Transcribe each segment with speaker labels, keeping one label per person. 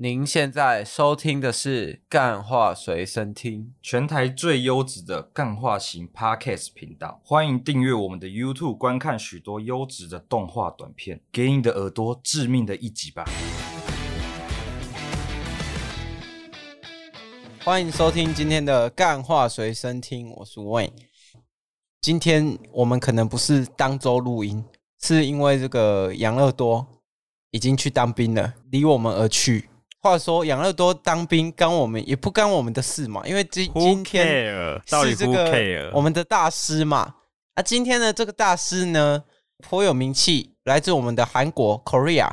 Speaker 1: 您现在收听的是《干话随身听
Speaker 2: 全台最优质的干化型 Podcast 频道，欢迎订阅我们的 YouTube，观看许多优质的动画短片，给你的耳朵致命的一击吧！》，
Speaker 1: 欢迎收听今天的《干话随身听》，我是 Wayne。今天我们可能不是当周录音，是因为这个养乐多已经去当兵了，离我们而去。话说养乐多当兵干我们也不干我们的事嘛，因为今
Speaker 3: Who
Speaker 1: 今天
Speaker 3: care？到底
Speaker 1: 是这
Speaker 3: Who
Speaker 1: 个
Speaker 3: care？
Speaker 1: 我们的大师嘛。啊，今天的这个大师呢，颇有名气，来自我们的韩国 Korea，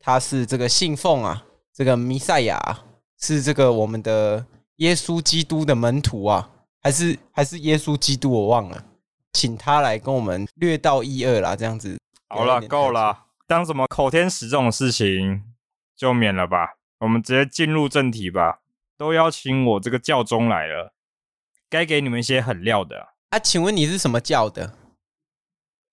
Speaker 1: 他是这个信奉啊，这个弥赛亚啊、是这个我们的耶稣基督的门徒啊，还是还是耶稣基督，我忘了，请他来跟我们略道一二啦，这样子。
Speaker 3: 好了，够了，当什么口天使这种事情就免了吧，我们直接进入正题吧。都邀请我这个教宗来了，该给你们一些狠料的啊。
Speaker 1: 啊，请问你是什么教的？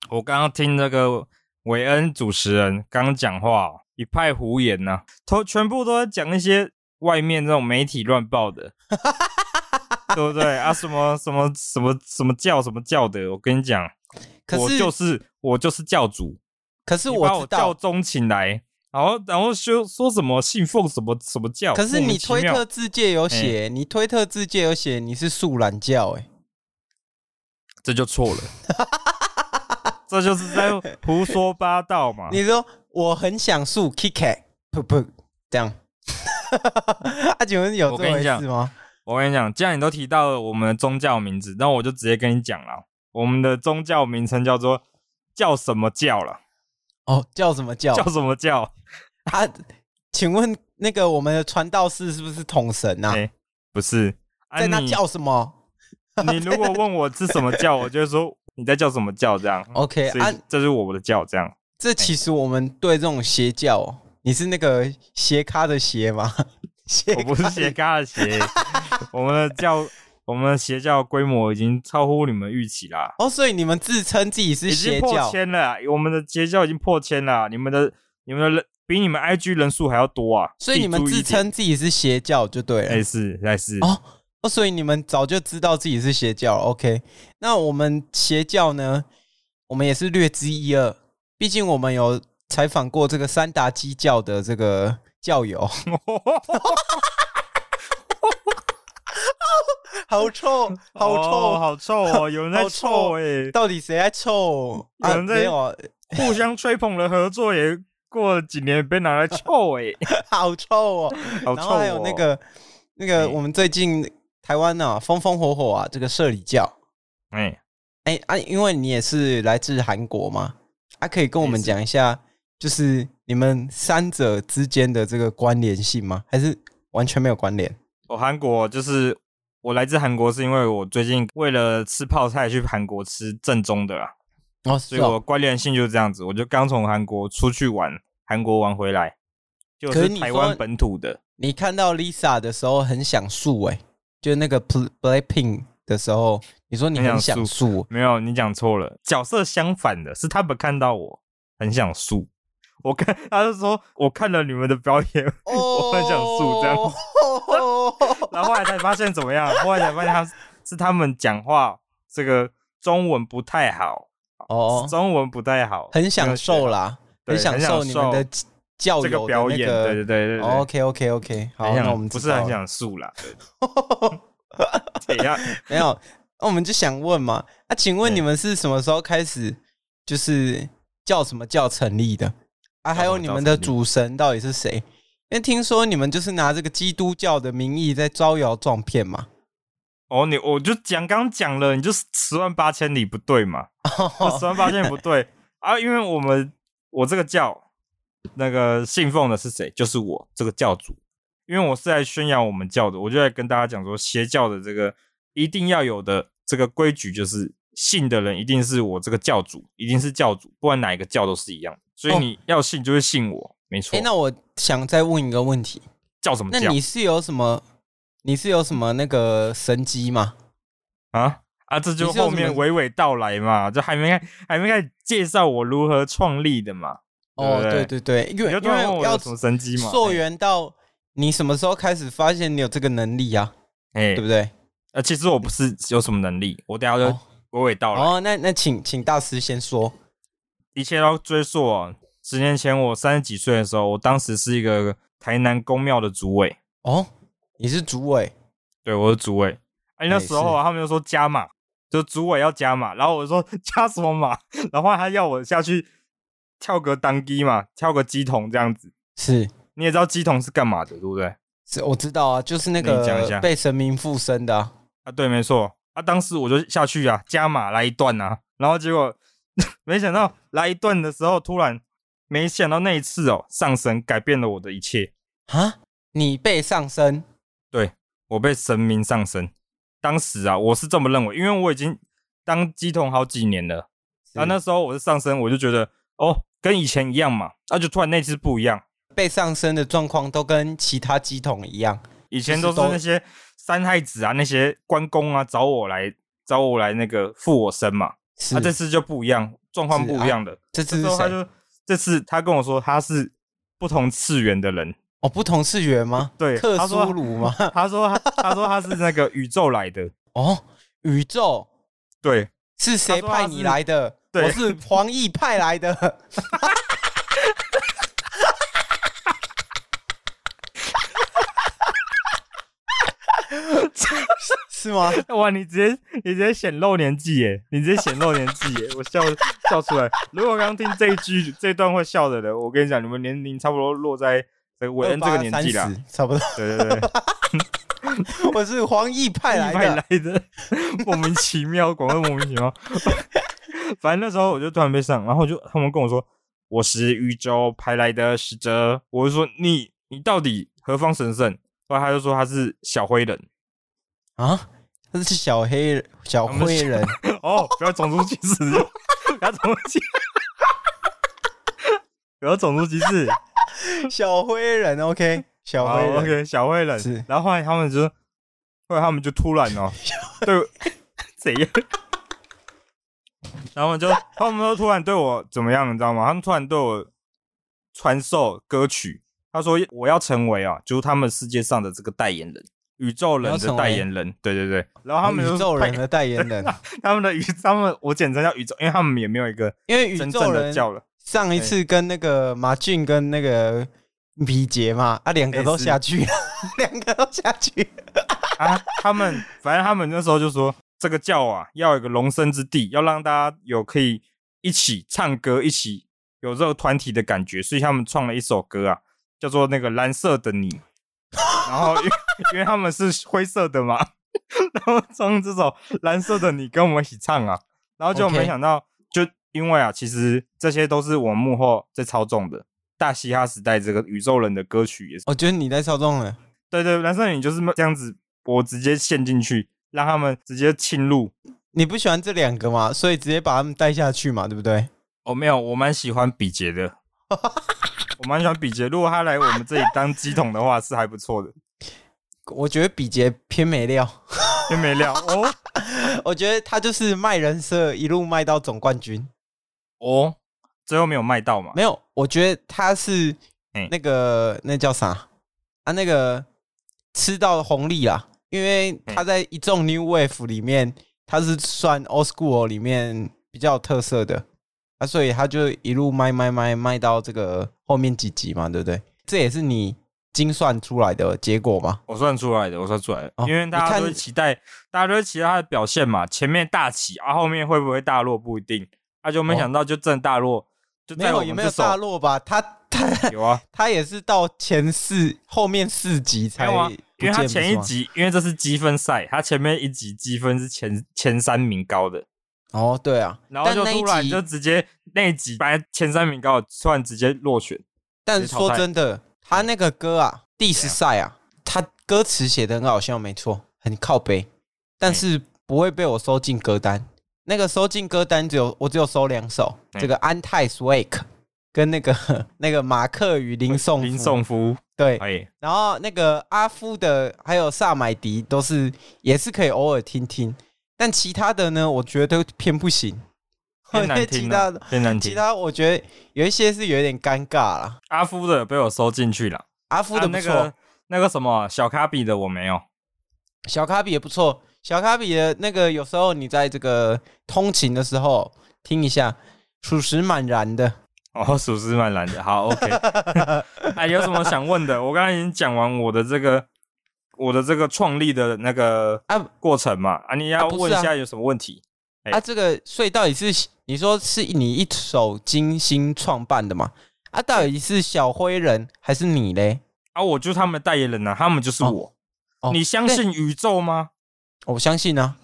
Speaker 3: 我刚刚听那个韦恩主持人刚讲话哦、一派胡言呐、都全部都在讲一些外面这种媒体乱报 的，对不对啊？什么什么什么什么教什么教的，我跟你讲，
Speaker 1: 可
Speaker 3: 我
Speaker 1: 是
Speaker 3: 就是我就是教主，
Speaker 1: 可是
Speaker 3: 你把
Speaker 1: 我
Speaker 3: 我
Speaker 1: 知
Speaker 3: 教
Speaker 1: 道，
Speaker 3: 宗请来，然后然后说说什么信奉什么什么教，
Speaker 1: 可是
Speaker 3: 莫
Speaker 1: 你
Speaker 3: 名其
Speaker 1: 推
Speaker 3: 妙哎
Speaker 1: 特自介有写，你推特自介有写你是素懒教、欸，
Speaker 3: 这就错了， 这就是在胡说八道嘛。
Speaker 1: 你说我很想素 kick，噗噗，这样。 啊，请问有
Speaker 3: 我
Speaker 1: 这
Speaker 3: 跟你
Speaker 1: 回
Speaker 3: 讲
Speaker 1: 事吗？
Speaker 3: 我跟你讲，既然你都提到了我们的宗教名字，那我就直接跟你讲了，我们的宗教名称叫做叫什么教了，
Speaker 1: 哦，叫什么叫
Speaker 3: 叫什么教？
Speaker 1: 啊？请问那个我们的传道士是不是统神啊？
Speaker 3: 哎不是，啊、
Speaker 1: 在那
Speaker 3: 你
Speaker 1: 叫什么
Speaker 3: 你如果问我是什么教，我就会说你在叫什么教这样。
Speaker 1: ？OK
Speaker 3: 嗯所
Speaker 1: 啊
Speaker 3: 以，这是我的教这样。
Speaker 1: 这其实我们对这种邪教哦，你是那个邪咖的邪吗？ 邪
Speaker 3: 我不是
Speaker 1: 咖
Speaker 3: 邪咖的邪， 我们的教，我们的邪教规模已经超乎你们预期啦，
Speaker 1: 哦，所以你们自称自己是
Speaker 3: 已经
Speaker 1: 邪
Speaker 3: 破
Speaker 1: 教
Speaker 3: 千了啊，我们的邪教已经破千了啊，你们的你们的人比你们 IG 人数还要多啊，
Speaker 1: 所以你们
Speaker 3: 自己注意一
Speaker 1: 自
Speaker 3: 点哎
Speaker 1: 称自己是邪教就对了。
Speaker 3: 类似类似
Speaker 1: 哦哦，所以你们早就知道自己是邪教了，OK？那我们邪教呢，我们也是略知一二，毕竟我们有采访过这个三达基教的这个教友， 好臭，好臭，
Speaker 3: 哦好臭哦，有人在
Speaker 1: 好
Speaker 3: 臭
Speaker 1: 臭
Speaker 3: 哎、
Speaker 1: 到底谁在臭？
Speaker 3: 有
Speaker 1: 啊，
Speaker 3: 人在
Speaker 1: 没有 啊，
Speaker 3: 互相吹捧的合作也过了几年被拿来臭哎、
Speaker 1: 好臭哦。
Speaker 3: 好
Speaker 1: 然
Speaker 3: 臭、
Speaker 1: 后
Speaker 3: 哦。
Speaker 1: 还有那个那个，
Speaker 3: 哎
Speaker 1: 我们最近台湾啊，风风火火啊，这个社里教，
Speaker 3: 哎、
Speaker 1: 哎、啊，因为你也是来自韩国嘛，啊，可以跟我们
Speaker 3: 也是
Speaker 1: 讲一下，就是你们三者之间的这个关联性吗？还是完全没有关联？
Speaker 3: 我韩国哦就是我来自韩国，是因为我最近为了吃泡菜去韩国吃正宗的啦，
Speaker 1: 哦，
Speaker 3: 所
Speaker 1: 是
Speaker 3: 以
Speaker 1: 哦
Speaker 3: 我关联性就是这样子。我就刚从韩国出去玩，韩国玩回来，就
Speaker 1: 可是
Speaker 3: 是
Speaker 1: 你
Speaker 3: 台
Speaker 1: 说
Speaker 3: 湾本土的。
Speaker 1: 你看到 Lisa 的时候很想素哎、就那个 Pl- Blackpink 的时候，你说你很
Speaker 3: 很
Speaker 1: 想
Speaker 3: 想
Speaker 1: 素，
Speaker 3: 没有，你讲错了，角色相反的是他们看到我很想输，我看他就说我看了你们的表演， 我很想素这样子
Speaker 1: 样。
Speaker 3: 然后后来才发现怎么样？后来才发现他是他们讲话这个中文不太好，
Speaker 1: 哦，
Speaker 3: 中文不太好，
Speaker 1: 很享受
Speaker 3: 了，
Speaker 1: 啦，
Speaker 3: 啊对
Speaker 1: 享受你们的
Speaker 3: 很
Speaker 1: 教友
Speaker 3: 这
Speaker 1: 的、那
Speaker 3: 个表演，对对对对对。
Speaker 1: OK OK OK，好，
Speaker 3: 很想
Speaker 1: 那我们
Speaker 3: 不
Speaker 1: 知
Speaker 3: 是
Speaker 1: 道
Speaker 3: 很
Speaker 1: 了
Speaker 3: 想素啦， 对等一下，
Speaker 1: 没有，那我们就想问嘛，啊，请问
Speaker 3: 对
Speaker 1: 你们是什么时候开始就是叫什么叫成立的啊？
Speaker 3: 叫
Speaker 1: 还有
Speaker 3: 什么
Speaker 1: 你
Speaker 3: 教
Speaker 1: 们的
Speaker 3: 成立
Speaker 1: 主神到底是谁？因为听说你们就是拿这个基督教的名义在招摇撞骗 嘛。
Speaker 3: 哦，你我就讲刚讲了，你就十万八千里不对嘛，十万八千里不 对啊，因为我们我这个教那个信奉的是谁，就是我这个教主，因为我是来宣扬我们教的，我就来跟大家讲说，邪教的这个一定要有的这个规矩就是。信的人一定是我这个教主，一定是教主，不管哪一个教都是一样。所以
Speaker 1: 哦
Speaker 3: 你要信就是信我，没错。
Speaker 1: 哎、那我想再问一个问题，
Speaker 3: 叫什么
Speaker 1: 那
Speaker 3: 教
Speaker 1: 你是有什么？你是有什么那个神机吗？
Speaker 3: 啊啊！这就
Speaker 1: 你是有
Speaker 3: 后
Speaker 1: 什
Speaker 3: 面
Speaker 1: 么
Speaker 3: 娓娓道来嘛，就还没开还没开始介绍我如何创立的嘛。
Speaker 1: 哦，
Speaker 3: 对
Speaker 1: 对
Speaker 3: 不
Speaker 1: 对对，因
Speaker 3: 你
Speaker 1: 为
Speaker 3: 就突
Speaker 1: 因
Speaker 3: 然问
Speaker 1: 为
Speaker 3: 我有
Speaker 1: 要
Speaker 3: 什么神机嘛？
Speaker 1: 溯
Speaker 3: 哎
Speaker 1: 源到你什么时候开始发现你有这个能力啊？
Speaker 3: 哎、
Speaker 1: 对不对？
Speaker 3: 呃，其实我不是有什么能力，我等下就
Speaker 1: 哦
Speaker 3: 娓娓道来。
Speaker 1: 哦，那那请请大师先说。
Speaker 3: 一切都追溯哦十年前我三十几岁的时候，我当时是一个台南公庙的主委，
Speaker 1: 哦，你是主委
Speaker 3: 对，我是主委。哎、那时候、啊、他们就说加码，就主委要加码，然后我说 加什么码？然后他要我下去跳个当机嘛，跳个鸡桶这样子。
Speaker 1: 是
Speaker 3: 你也知道鸡桶是干嘛的，对不对？
Speaker 1: 是，我知道啊，就是那
Speaker 3: 你讲一
Speaker 1: 个
Speaker 3: 下
Speaker 1: 被神明附身的啊、
Speaker 3: 啊，对，没错。啊，当时我就下去啊，加码来一段啊，然后结果 没想到来一段的时候，突然没想到那一次哦，上神改变了我的一切，
Speaker 1: 啊，你被上身
Speaker 3: 我被神明上身。当时啊，我是这么认为，因为我已经当鸡桶好几年了。啊，那时候我是上身，我就觉得哦，跟以前一样嘛，啊，就突然那次不一样，
Speaker 1: 被上身的状况都跟其他鸡桶一样，
Speaker 3: 以前都
Speaker 1: 就是
Speaker 3: 是
Speaker 1: 都
Speaker 3: 那些三太子啊，那些关公啊，找我来找我来那个附我身嘛，
Speaker 1: 是、
Speaker 3: 啊，这次就不一样，状况
Speaker 1: 是
Speaker 3: 不
Speaker 1: 啊
Speaker 3: 一样的。
Speaker 1: 这
Speaker 3: 这
Speaker 1: 次
Speaker 3: 时
Speaker 1: 是
Speaker 3: 候他
Speaker 1: 谁？
Speaker 3: 就这次他跟我说他是不同次元的人，
Speaker 1: 哦，不同次元吗？
Speaker 3: 对
Speaker 1: 克
Speaker 3: 他说
Speaker 1: 苏鲁吗？
Speaker 3: 他说他他说他是那个宇宙来的，
Speaker 1: 哦，宇宙
Speaker 3: 对，
Speaker 1: 是谁
Speaker 3: 他说他
Speaker 1: 派你来的？
Speaker 3: 对
Speaker 1: 我是黄奕派 来的。 是吗？
Speaker 3: 哇，你直接你直接显露年纪耶，你直接显露年纪耶，我笑笑出来。如果刚听这一句这一段会笑的人，我跟你讲，你们年龄差不多落在这个韦恩这个年纪啦，
Speaker 1: 28 30差不多。
Speaker 3: 对对对，
Speaker 1: 我是黄奕派来
Speaker 3: 意外
Speaker 1: 的。
Speaker 3: 来 的，莫名其妙，广告莫名其妙。 反正那时候我就突然被上，然后就他们跟我说我是禹州派来的使者，我就说你你到底何方神圣？后来他就说他是小灰人，
Speaker 1: 啊，他是小黑人小
Speaker 3: 他们
Speaker 1: 灰
Speaker 3: 是
Speaker 1: 人，
Speaker 3: 哦，不要种族歧视， 不要种族歧视， 不要种族歧视。
Speaker 1: 小灰人，OK，小
Speaker 3: 好
Speaker 1: 灰人
Speaker 3: o k 哦小灰
Speaker 1: 是
Speaker 3: 人。然后后来他们就，后来他们就突然 哦，对我，怎样？然后我就他们都突然对我怎么样，你知道吗？他们突然对我传授歌曲，他说我要成为啊，就是他们世界上的这个代言人，宇宙人的代言人，对对对。然后他们就
Speaker 1: 宇宙人
Speaker 3: 派
Speaker 1: 的代言人，
Speaker 3: 他们的宇，他们我简称叫宇宙，因为他们也没有一个
Speaker 1: 因为宇
Speaker 3: 真
Speaker 1: 宙
Speaker 3: 正的
Speaker 1: 人
Speaker 3: 叫了。
Speaker 1: 上一次跟那个马俊跟那个皮杰嘛，啊，两个都下去了，两个都下去了。
Speaker 3: 啊，他们反正他们那时候就说，这个教啊要有一个容身之地，要让大家有可以一起唱歌，一起有这个团体的感觉，所以他们创了一首歌啊，叫做那个蓝色的你。然后因为因为他们是灰色的嘛，然后唱这首蓝色的你跟我们一起唱啊，然后就
Speaker 1: OK
Speaker 3: 没想到就因为啊，其实这些都是我幕后在操纵的。大嘻哈时代这个宇宙人的歌曲也是。
Speaker 1: 我觉得你在操纵了，
Speaker 3: 对对，蓝色你就是这样子，我直接陷进去，让他们直接侵入。
Speaker 1: 你不喜欢这两个嘛，所以直接把他们带下去嘛，对不对？
Speaker 3: 哦，没有，我蛮喜欢比杰 的，我蛮喜欢比杰。如果他来我们这里当鸡桶的话，是还不错的，
Speaker 1: 我觉得比杰偏没料，
Speaker 3: 也没料哦
Speaker 1: 我觉得他就是卖人设，一路卖到总冠军。
Speaker 3: 哦，最后没有卖到嘛？
Speaker 1: 没有，我觉得他是
Speaker 3: 嗯
Speaker 1: 那个、那叫啥啊？那个吃到红利啦，因为他在一众 New Wave 里面，他是算 Old School 里面比较有特色的啊，所以他就一路卖卖卖卖到这个后面几集嘛，对不对？这也是你精算出来的结果嘛？
Speaker 3: 我算出来的，我算出来的，
Speaker 1: 哦
Speaker 3: 因为大
Speaker 1: 你
Speaker 3: 家
Speaker 1: 看
Speaker 3: 都会期待，大家都会期待他的表现嘛。前面大起啊，后面会不会大落不一定。啊，就没
Speaker 1: 哦
Speaker 3: 想到就正大落，就
Speaker 1: 没
Speaker 3: 在我们
Speaker 1: 有也
Speaker 3: 这
Speaker 1: 没有
Speaker 3: 手
Speaker 1: 大落吧？ 他他
Speaker 3: 有啊，
Speaker 1: 他也是到前四后面四集才
Speaker 3: 没有啊
Speaker 1: 不
Speaker 3: 因为他
Speaker 1: 见
Speaker 3: 前
Speaker 1: 不是
Speaker 3: 一
Speaker 1: 吗
Speaker 3: 集，因为这是积分赛，他前面一集积分是前前三名高的，
Speaker 1: 哦对啊，
Speaker 3: 然后
Speaker 1: 但
Speaker 3: 就
Speaker 1: 那一
Speaker 3: 突然
Speaker 1: 集
Speaker 3: 就直接那一集，本来前三名高的突然直接落选，
Speaker 1: 但
Speaker 3: 直接淘
Speaker 1: 说
Speaker 3: 汰
Speaker 1: 真的，他那个歌啊，《第十赛》啊，他歌词写的很好笑，没错，很靠背，但是不会被我收进歌单。那个收进歌单只有我只有收两首，
Speaker 3: 嗯
Speaker 1: 这个安泰 Swake 跟那个 那个马克与林颂
Speaker 3: 林
Speaker 1: 福
Speaker 3: 颂福，
Speaker 1: 对，
Speaker 3: 哎，
Speaker 1: 然后那个阿夫的还有萨买迪都是也是可以偶尔听听，但其他的呢，我觉得都偏不行，
Speaker 3: 偏
Speaker 1: 因为
Speaker 3: 难
Speaker 1: 其
Speaker 3: 听
Speaker 1: 他
Speaker 3: 啊
Speaker 1: 的，
Speaker 3: 偏难
Speaker 1: 其
Speaker 3: 听。
Speaker 1: 他我觉得有一些是有点尴尬啦。
Speaker 3: 阿夫的被我收进去了，
Speaker 1: 阿夫
Speaker 3: 啊
Speaker 1: 的不
Speaker 3: 那
Speaker 1: 错，
Speaker 3: 个那个什么小卡比的我没有，
Speaker 1: 小卡比也不错，小卡比的那个有时候你在这个通勤的时候听一下，属实蛮燃的。
Speaker 3: 哦，属实蛮难的。好，OK。哎，有什么想问的？我刚才已经讲完我的这个我的这个创立的那个
Speaker 1: 啊
Speaker 3: 过程嘛，啊，你要
Speaker 1: 啊不是
Speaker 3: 问一
Speaker 1: 啊
Speaker 3: 下有什么问题？哎
Speaker 1: 啊，这个所以到底是你说是你一手精心创办的吗？啊，到底是小灰人还是你嘞？
Speaker 3: 啊，我就是他们的代言人啊，他们就是
Speaker 1: 哦
Speaker 3: 我。
Speaker 1: 哦
Speaker 3: 你相信宇宙吗？
Speaker 1: 我相 信啊，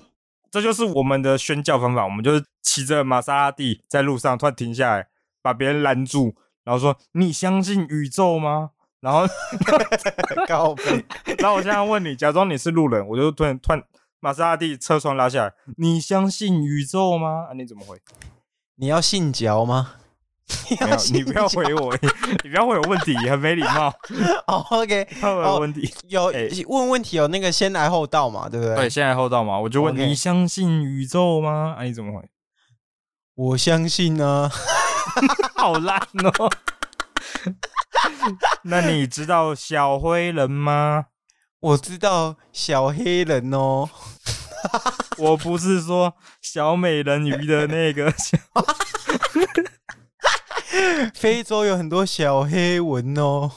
Speaker 3: 这就是我们的宣教方法。我们就是骑着玛莎拉蒂在路上突然停下来，把别人拦住，然后说：“你相信宇宙吗？”然 后，
Speaker 1: 高分
Speaker 3: 然后我现在问你，假装你是路人，我就突然突然玛莎拉蒂车窗拉下来，你相信宇宙吗？啊，你怎么回？
Speaker 1: 你要信教吗？你
Speaker 3: 没有，你
Speaker 1: 信
Speaker 3: 不要
Speaker 1: 教
Speaker 3: 回我，你不要回我问题，很没礼貌，
Speaker 1: 哦，OK，
Speaker 3: 他回我问题。
Speaker 1: 有
Speaker 3: 哎
Speaker 1: 问问题有那个先来后到嘛，对不对？
Speaker 3: 对，，现在后到嘛，我就问
Speaker 1: OK
Speaker 3: 你相信宇宙吗？啊，你怎么回？
Speaker 1: 我相信啊呢、
Speaker 3: 好烂 哦。那你知道小灰人吗？
Speaker 1: 我知道小黑人哦，
Speaker 3: 我不是说小美人鱼的那个小，
Speaker 1: 非洲有很多小黑文哦。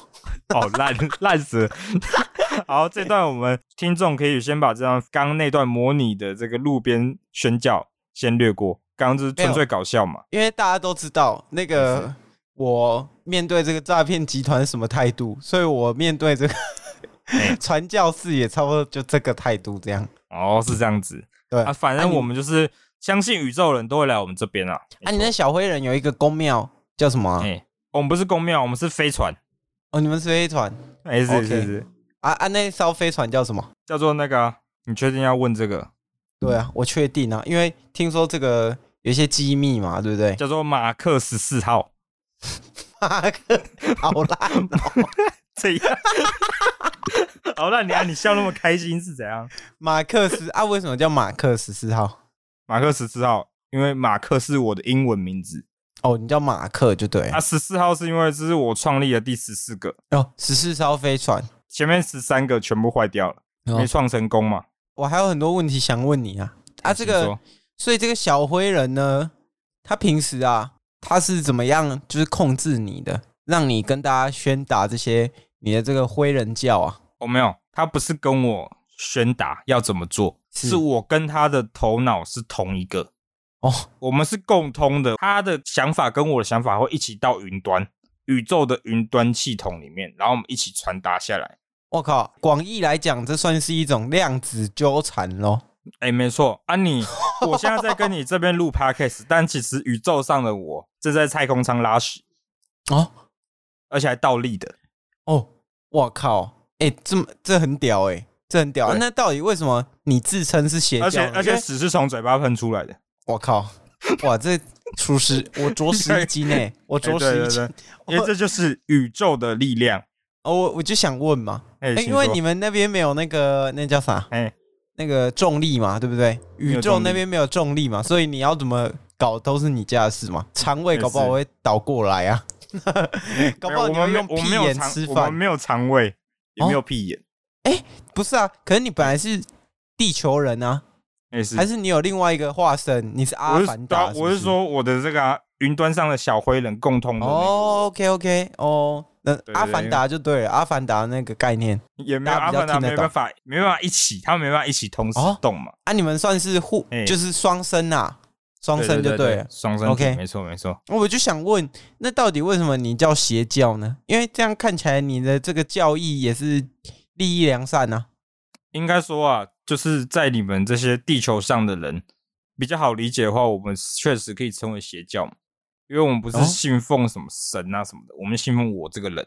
Speaker 3: 好烂烂死了。 好，这段我们听众可以先把这段刚刚那段模拟的这个路边宣教先略过，刚刚就是纯粹搞笑嘛。
Speaker 1: 因为大家都知道那
Speaker 3: 嗯
Speaker 1: 个我面对这个诈骗集团是什么态度，所以我面对这个
Speaker 3: 哎
Speaker 1: 传教士也差不多就这个态度这样。
Speaker 3: 哦，是这样子。
Speaker 1: 对
Speaker 3: 啊，反正我们就是相信宇宙人都会来我们这边啊。
Speaker 1: 啊，你那小灰人有一个公庙叫什么啊、
Speaker 3: 哎，我们不是公庙，我们是飞船。
Speaker 1: 哦，你们是飞船
Speaker 3: 哎，是
Speaker 1: OK
Speaker 3: 是是，
Speaker 1: 啊啊，那艘飞船叫什么？
Speaker 3: 叫做那个啊，你确定要问这个？
Speaker 1: 对啊，我确定啊，因为听说这个有一些机密嘛，对不对？
Speaker 3: 叫做马克十四号。
Speaker 1: 马克， 好烂哦！
Speaker 3: 这样， 好，那你啊，你笑那么开心是怎样？
Speaker 1: 马克思啊，为什么叫马克十四号？
Speaker 3: 马克十四号，因为马克是我的英文名字
Speaker 1: 哦，你叫马克就对了
Speaker 3: 啊，十四号是因为这是我创立的第十四个，
Speaker 1: 哦，十四艘飞船。
Speaker 3: 前面十三个全部坏掉了，
Speaker 1: 哦
Speaker 3: 没创成功嘛。
Speaker 1: 我还有很多问题想问你啊啊，这
Speaker 3: 哎请
Speaker 1: 个
Speaker 3: 说
Speaker 1: 所以这个小灰人呢，他平时啊，他是怎么样就是控制你的，让你跟大家宣达这些你的这个灰人教啊？
Speaker 3: 哦，没有，他不是跟我宣达要怎么做，
Speaker 1: 是
Speaker 3: 是我跟他的头脑是同一个，
Speaker 1: 哦，
Speaker 3: 我们是共通的，他的想法跟我的想法会一起到云端。宇宙的云端系统里面，然后我们一起传达下来。
Speaker 1: 我靠，广义来讲，这算是一种量子纠缠咯。
Speaker 3: 哎、没错啊你，我现在在跟你这边录 podcast，但其实宇宙上的我正在太空舱拉屎，
Speaker 1: 哦
Speaker 3: 而且还倒立的。
Speaker 1: 哦，我靠，哎、这么这很屌哎、这很屌、啊。
Speaker 3: 对
Speaker 1: 那到底为什么你自称是邪教
Speaker 3: 而且
Speaker 1: 呢
Speaker 3: 而
Speaker 1: 因
Speaker 3: 且
Speaker 1: 为
Speaker 3: 屎是从嘴巴喷出来的，
Speaker 1: 我靠，哇，这属实，我 着实一惊哎、我
Speaker 3: 哎
Speaker 1: 着
Speaker 3: 对
Speaker 1: 实
Speaker 3: 对
Speaker 1: 一惊
Speaker 3: 对。，因为这就是宇宙的力量。
Speaker 1: 哦，我我就想问嘛，
Speaker 3: 哎、
Speaker 1: 哎、
Speaker 3: 请
Speaker 1: 因为
Speaker 3: 说
Speaker 1: 你们那边没有那个那叫啥？
Speaker 3: 哎、
Speaker 1: 那个重力嘛，对不对？
Speaker 3: 有
Speaker 1: 宇宙
Speaker 3: 重力
Speaker 1: 那边没有重力嘛，所以你要怎么搞都是你家的事嘛。肠胃搞不好
Speaker 3: 也
Speaker 1: 会倒过来啊，搞不
Speaker 3: 没有
Speaker 1: 好
Speaker 3: 哎我
Speaker 1: 你会
Speaker 3: 们没
Speaker 1: 用
Speaker 3: 我
Speaker 1: 屁
Speaker 3: 们没有
Speaker 1: 眼
Speaker 3: 肠
Speaker 1: 吃
Speaker 3: 我们
Speaker 1: 饭。哦
Speaker 3: 没有肠胃，也没有屁眼。
Speaker 1: 不是啊，可是你本来是地球人啊，
Speaker 3: 哎、是
Speaker 1: 还是你有另外一个化身？你是阿
Speaker 3: 我是
Speaker 1: 凡
Speaker 3: 对啊
Speaker 1: 达？
Speaker 3: 我
Speaker 1: 不
Speaker 3: 是说我的这个啊云、端上的小灰人共同的、那个
Speaker 1: 哦，OK OK，哦，那
Speaker 3: 对
Speaker 1: 阿凡达就对了，阿凡达那个概念
Speaker 3: 也没有阿
Speaker 1: 大家比较
Speaker 3: 凡达
Speaker 1: 听得
Speaker 3: 没
Speaker 1: 懂
Speaker 3: 办法没办法一起，他们没办法一起同时
Speaker 1: 哦
Speaker 3: 动嘛。
Speaker 1: 啊，你们算是互
Speaker 3: 哎
Speaker 1: 就是双生啊，双生就
Speaker 3: 对
Speaker 1: 了，。
Speaker 3: 双生
Speaker 1: OK
Speaker 3: 体没错没错。
Speaker 1: 我就想问，那到底为什么你叫邪教呢？因为这样看起来你的这个教义也是利益良善啊。
Speaker 3: 应该说啊，就是在你们这些地球上的人比较好理解的话，我们确实可以称为邪教嘛，因为我们不
Speaker 1: 哦
Speaker 3: 是信奉什么神啊什么的，我们信奉我这个人。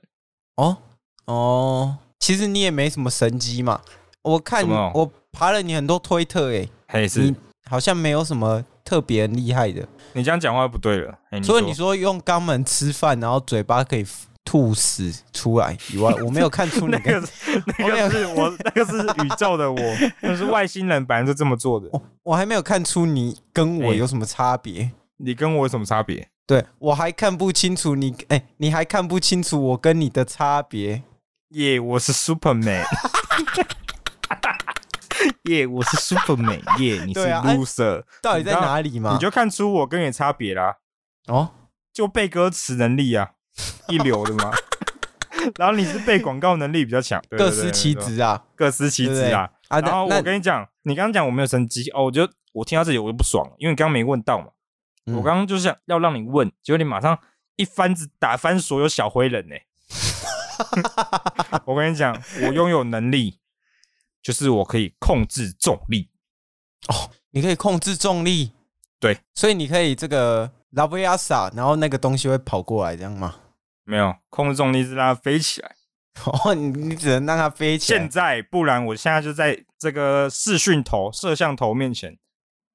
Speaker 1: 哦哦，其实你也没什么神机嘛。我看
Speaker 3: 什么
Speaker 1: 我爬了你很多推特、欸，
Speaker 3: 嘿，是
Speaker 1: 你
Speaker 3: 你
Speaker 1: 好像没有什么特别厉害的。
Speaker 3: 这样讲话不对了。嘿
Speaker 1: 除了你说用肛门吃饭，然后嘴巴可以吐屎出 来以外，我没有看出你
Speaker 3: 那
Speaker 1: 的。
Speaker 3: 个那个是我，那个是宇宙的我，那是外星人，本来就这么做的。
Speaker 1: 我还没有看出你跟我
Speaker 3: 哎
Speaker 1: 有什么差别。
Speaker 3: 你跟我有什么差别？
Speaker 1: 对我还看不清楚你，哎、你还看不清楚我跟你的差别。
Speaker 3: 耶、我是 Superman。耶、我是 Superman。耶、你是
Speaker 1: 对啊哎
Speaker 3: loser、
Speaker 1: 到底在
Speaker 3: 你知道
Speaker 1: 哪里嘛？
Speaker 3: 你就看出我跟你的差别啦，
Speaker 1: 哦，
Speaker 3: 就背歌词能力 啊，一流的嘛。然后你是背广告能力比较强，对
Speaker 1: 各
Speaker 3: 对对
Speaker 1: 司其
Speaker 3: 对
Speaker 1: 职啊
Speaker 3: 各司其职啊。
Speaker 1: 啊！
Speaker 3: 然后
Speaker 1: 那
Speaker 3: 我
Speaker 1: 那
Speaker 3: 跟你讲，你刚刚讲我没有生机哦，我就我听到这里我就不爽了，因为你刚刚没问到嘛。
Speaker 1: 嗯
Speaker 3: 我刚刚就是想要让你问，结果你马上一翻子打翻所有小灰人呢、 我跟你讲，我拥有能力，就是我可以控制重力。
Speaker 1: 你可以控制重力，
Speaker 3: 对，
Speaker 1: 所以你可以这个拉维亚萨，然后那个东西会跑过来，这样吗？
Speaker 3: 没有控制重力是让它飞起来。
Speaker 1: 哦，你你只能让它飞起
Speaker 3: 现
Speaker 1: 来。
Speaker 3: 在不然，我现在就在这个视讯头、摄像头面前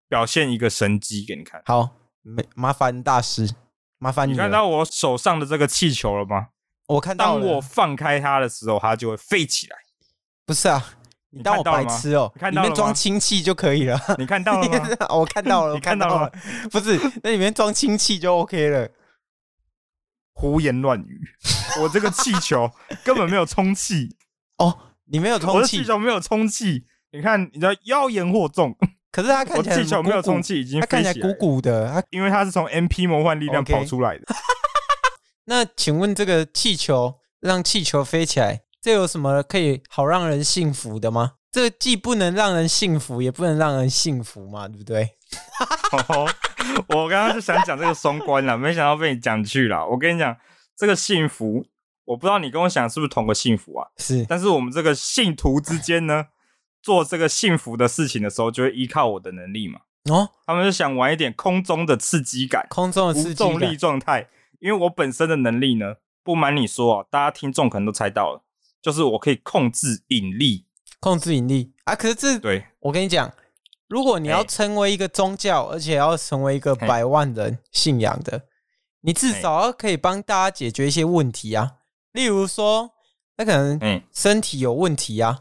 Speaker 3: 表现一个神机给你看。
Speaker 1: 好，没麻烦大师，麻烦
Speaker 3: 你
Speaker 1: 了
Speaker 3: 看到我手上的这个气球了吗？
Speaker 1: 我看到
Speaker 3: 当
Speaker 1: 了啊
Speaker 3: 我放开它的时候，它就会飞起来。
Speaker 1: 不是啊，你当我
Speaker 3: 看到了
Speaker 1: 白
Speaker 3: 吗
Speaker 1: 痴哦、
Speaker 3: 你看
Speaker 1: 里
Speaker 3: 到
Speaker 1: 面
Speaker 3: 了
Speaker 1: 装
Speaker 3: 吗
Speaker 1: 氢气就可以了。哦
Speaker 3: 你看到了 吗？
Speaker 1: 我看到了，
Speaker 3: 你
Speaker 1: 我看
Speaker 3: 看到了
Speaker 1: 了，不是那里面装氢气就 OK 了。
Speaker 3: 胡言乱语！我这个气球根本没有充气，
Speaker 1: 哦，你没有
Speaker 3: 我
Speaker 1: 充
Speaker 3: 的
Speaker 1: 气
Speaker 3: 气，球没有充气。你看，你的妖言惑众，
Speaker 1: 可是它
Speaker 3: 我
Speaker 1: 看起来
Speaker 3: 气球
Speaker 1: 很
Speaker 3: 没有
Speaker 1: 鼓鼓
Speaker 3: 充，气，已经
Speaker 1: 它
Speaker 3: 飞
Speaker 1: 看
Speaker 3: 起
Speaker 1: 起来
Speaker 3: 来
Speaker 1: 鼓
Speaker 3: 了，
Speaker 1: 鼓的。它
Speaker 3: 因为它是从 MP 魔幻力量
Speaker 1: OK
Speaker 3: 跑出来的。
Speaker 1: 那请问这个气球让气球飞起来，这有什么可以好让人幸福的吗？这既不能让人幸福，也不能让人幸福嘛，对不对？
Speaker 3: 哦，我刚刚就想讲这个双关了，没想到被你讲去了。我跟你讲，这个幸福，我不知道你跟我想是不是同个幸福啊？
Speaker 1: 是
Speaker 3: 但是我们这个信徒之间呢，做这个幸福的事情的时候，就会依靠我的能力嘛。
Speaker 1: 哦，
Speaker 3: 他们就想玩一点空中的刺激感，
Speaker 1: 空中的
Speaker 3: 无
Speaker 1: 刺激
Speaker 3: 重
Speaker 1: 感
Speaker 3: 力状态。因为我本身的能力呢，不瞒你说啊，大家听众可能都猜到了，就是我可以控制引力。
Speaker 1: 控制引力啊。可是这
Speaker 3: 对，
Speaker 1: 我跟你讲，如果你要
Speaker 3: 哎
Speaker 1: 成为一个宗教，而且要成为一个
Speaker 3: 嘿
Speaker 1: 百万人信仰的，你至
Speaker 3: 嘿
Speaker 1: 少要可以帮大家解决一些问题啊。例如说，那可能
Speaker 3: 嗯，
Speaker 1: 身体有问题啊，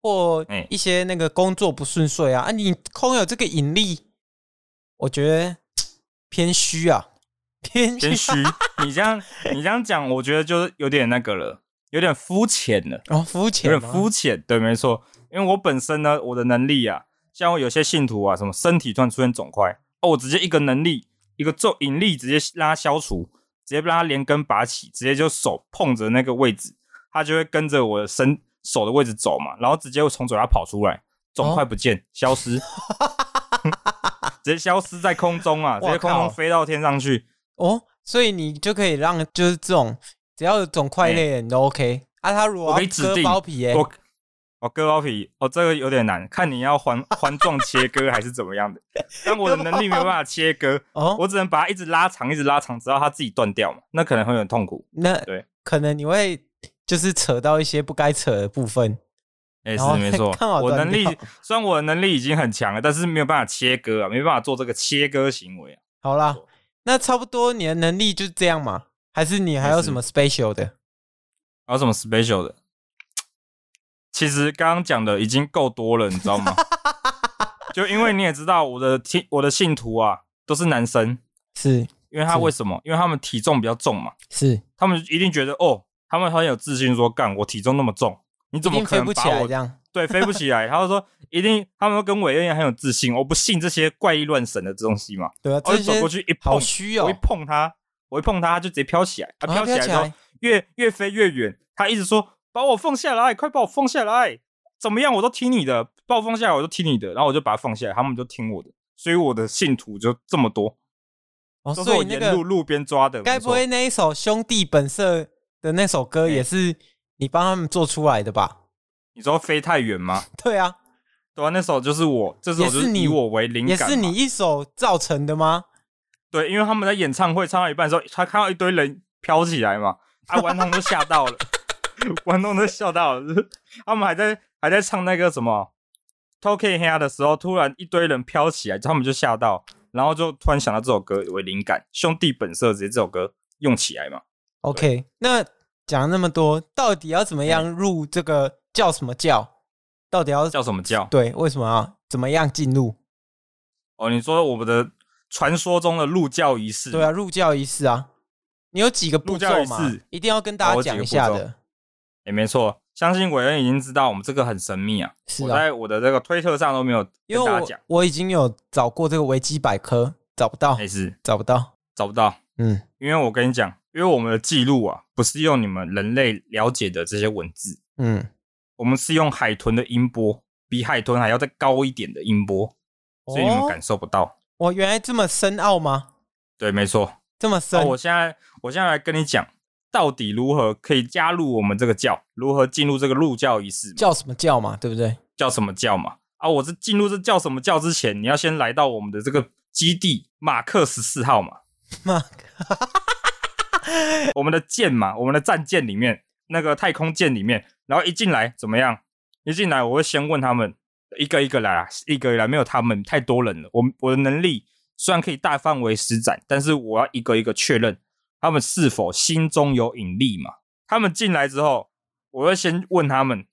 Speaker 1: 或
Speaker 3: 哎
Speaker 1: 一些那个工作不顺遂啊，啊，你空有这个引力，我觉得偏虚啊， 偏
Speaker 3: 谦
Speaker 1: 虚
Speaker 3: 虚。你这样，你这样讲，我觉得就是有点那个了，有点肤浅了，
Speaker 1: 哦，肤
Speaker 3: 有
Speaker 1: 浅吗，
Speaker 3: 点肤浅。对，没错，因为我本身呢，我的能力啊，像我有些信徒啊，什么身体突然出现肿块，哦，我直接一个能力，一个咒引力，直接让它消除，直接让它连根拔起，直接就手碰着那个位置，它就会跟着我的身手的位置走嘛，然后直接会从嘴巴跑出来，肿块不
Speaker 1: 哦
Speaker 3: 见，消失， 直接消失在空中啊，直接空
Speaker 1: 哇靠
Speaker 3: 中飞到天上去。
Speaker 1: 哦，所以你就可以让就是这种只要有肿块类的你都 OK 啊。他如
Speaker 3: 哎
Speaker 1: 果
Speaker 3: 我可以
Speaker 1: 要
Speaker 3: 指
Speaker 1: 割
Speaker 3: 定
Speaker 1: 包皮、欸，
Speaker 3: 我我割包皮，哦，这个有点难，看你要环环状切割还是怎么样的。但我的能力没办法切割，
Speaker 1: 哦，
Speaker 3: 我只能把它一直拉长，一直拉长，直到它自己断掉嘛，那可能会很痛苦。
Speaker 1: 那
Speaker 3: 对
Speaker 1: 可能你会就是扯到一些不该扯的部分。
Speaker 3: 哎、
Speaker 1: 然后，
Speaker 3: 是没错
Speaker 1: 哦 刚好
Speaker 3: 我
Speaker 1: 断
Speaker 3: 能力
Speaker 1: 掉
Speaker 3: 虽然我的能力已经很强了，但是没有办法切割啊，没办法做这个切割行为啊。
Speaker 1: 好
Speaker 3: 没
Speaker 1: 啦
Speaker 3: 错，
Speaker 1: 那差不多你的能力就这样嘛？还是你还有
Speaker 3: 还是
Speaker 1: 什么 special 的？
Speaker 3: 还有什么 special 的？其实刚刚讲的已经够多了，你知道吗？就因为你也知道我的听我的信徒啊都是男生，
Speaker 1: 是
Speaker 3: 因为他
Speaker 1: 是
Speaker 3: 为什么？因为他们体重比较重嘛，
Speaker 1: 是，
Speaker 3: 他们一定觉得哦，他们很有自信说，干我体重那么重，你
Speaker 1: 一
Speaker 3: 怎么
Speaker 1: 定
Speaker 3: 可
Speaker 1: 飞
Speaker 3: 能
Speaker 1: 不起
Speaker 3: 把
Speaker 1: 来
Speaker 3: 我
Speaker 1: 这样？
Speaker 3: 对飞不起来？他就说一定，他们都跟伟恩一样很有自信，哦我不信这些怪力乱神的东西嘛。
Speaker 1: 对啊，
Speaker 3: 我
Speaker 1: 这
Speaker 3: 就走
Speaker 1: 些
Speaker 3: 哦过去一碰
Speaker 1: 好，虚哦
Speaker 3: 我一，碰它，我一碰它，它就直接飘起来，它
Speaker 1: 啊
Speaker 3: 飘起来之后，越越飞越远，它一直说把我放下来，快把我放下来，怎么样我都听你的，把我放下来我都听你的，然后我就把它放下来，他们就听我的，所以我的信徒就这么多，
Speaker 1: 哦，
Speaker 3: 都是
Speaker 1: 所
Speaker 3: 我
Speaker 1: 以那
Speaker 3: 沿
Speaker 1: 个
Speaker 3: 路路边抓的，
Speaker 1: 该
Speaker 3: 没
Speaker 1: 不
Speaker 3: 错
Speaker 1: 会那一首《兄弟本色》的那首歌
Speaker 3: 哎
Speaker 1: 也是你帮他们做出来的吧？
Speaker 3: 你知道飞太远吗？
Speaker 1: 对啊，
Speaker 3: 对啊，那首就是我，这首
Speaker 1: 也是
Speaker 3: 就是
Speaker 1: 你
Speaker 3: 以我为灵
Speaker 1: 也
Speaker 3: 感嘛，
Speaker 1: 是你一手造成的吗？
Speaker 3: 对，因为他们在演唱会唱到一半的时候，他看到一堆人飘起来嘛，啊，顽童都吓到了， 顽童都吓到了，就是他们还在还在唱那个什么 “Talking Here” 的时候，突然一堆人飘起来，他们就吓到，然后就突然想到这首歌为灵感，兄弟本色直接这首歌用起来嘛。
Speaker 1: OK，那讲了那么多，到底要怎么样入这个叫什么教？到底要
Speaker 3: 叫什么叫？
Speaker 1: 对？为什么啊？怎么样进入？
Speaker 3: 哦，你说我们的传说中的入教仪式？
Speaker 1: 对啊，入教仪式啊，你有几个步骤
Speaker 3: 入教
Speaker 1: 嘛
Speaker 3: 仪式？
Speaker 1: 一定要跟大
Speaker 3: 哦
Speaker 1: 家
Speaker 3: 我几
Speaker 1: 讲
Speaker 3: 个
Speaker 1: 一下
Speaker 3: 步骤
Speaker 1: 的。
Speaker 3: 也没错，相信韦恩已经知道我们这个很神秘啊。
Speaker 1: 是
Speaker 3: 我
Speaker 1: 啊，
Speaker 3: 在我的这个推特上都没有
Speaker 1: 因
Speaker 3: 跟
Speaker 1: 为
Speaker 3: 大家
Speaker 1: 我
Speaker 3: 讲，
Speaker 1: 我已经有找过这个维基百科，找不到
Speaker 3: 没，事，
Speaker 1: 找不到。
Speaker 3: 找不到。
Speaker 1: 嗯，
Speaker 3: 因为我跟你讲，因为我们的记录啊，不是用你们人类了解的这些文字，
Speaker 1: 嗯，
Speaker 3: 我们是用海豚的音波，比海豚还要再高一点的音波，所以你们
Speaker 1: 哦
Speaker 3: 感受不到。
Speaker 1: 我原来这么深奥吗？
Speaker 3: 对，没错。
Speaker 1: 这么
Speaker 3: 那
Speaker 1: 深？
Speaker 3: 哦我现在，我现在来跟你讲，到底如何可以加入我们这个教，如何进入这个入教仪式嘛，
Speaker 1: 叫什么叫嘛？对不对？
Speaker 3: 叫什么教嘛？啊，我是进入这叫什么教之前，你要先来到我们的这个基地马克十四号嘛，
Speaker 1: 马
Speaker 3: 克，我们的舰嘛，我们的战舰里面那个太空舰里面，然后一进来怎么样？一进来我会先问他们一个一个来啊，一个一个来，没有他们太多人了。我们我的能力虽然可以大范围施展，但是我要一个一个确认他们是否心中有引力嘛。他们进来之后，我会先问他们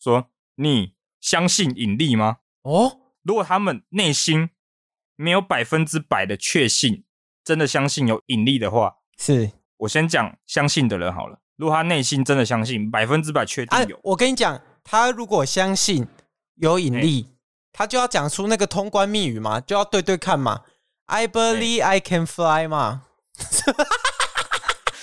Speaker 3: 说：“你相信引力吗
Speaker 1: 哦，？”
Speaker 3: 如果他们内心没有百分之百的确信，真的相信有引力的话，
Speaker 1: 是
Speaker 3: 我先讲相信的人好了。如果他内心真的相信，百分之百确
Speaker 1: 啊
Speaker 3: 定有，，
Speaker 1: 我跟你讲，他如果相信有引力，他就要讲出那个通关密语嘛，就要对对看嘛。I believe I can fly 嘛。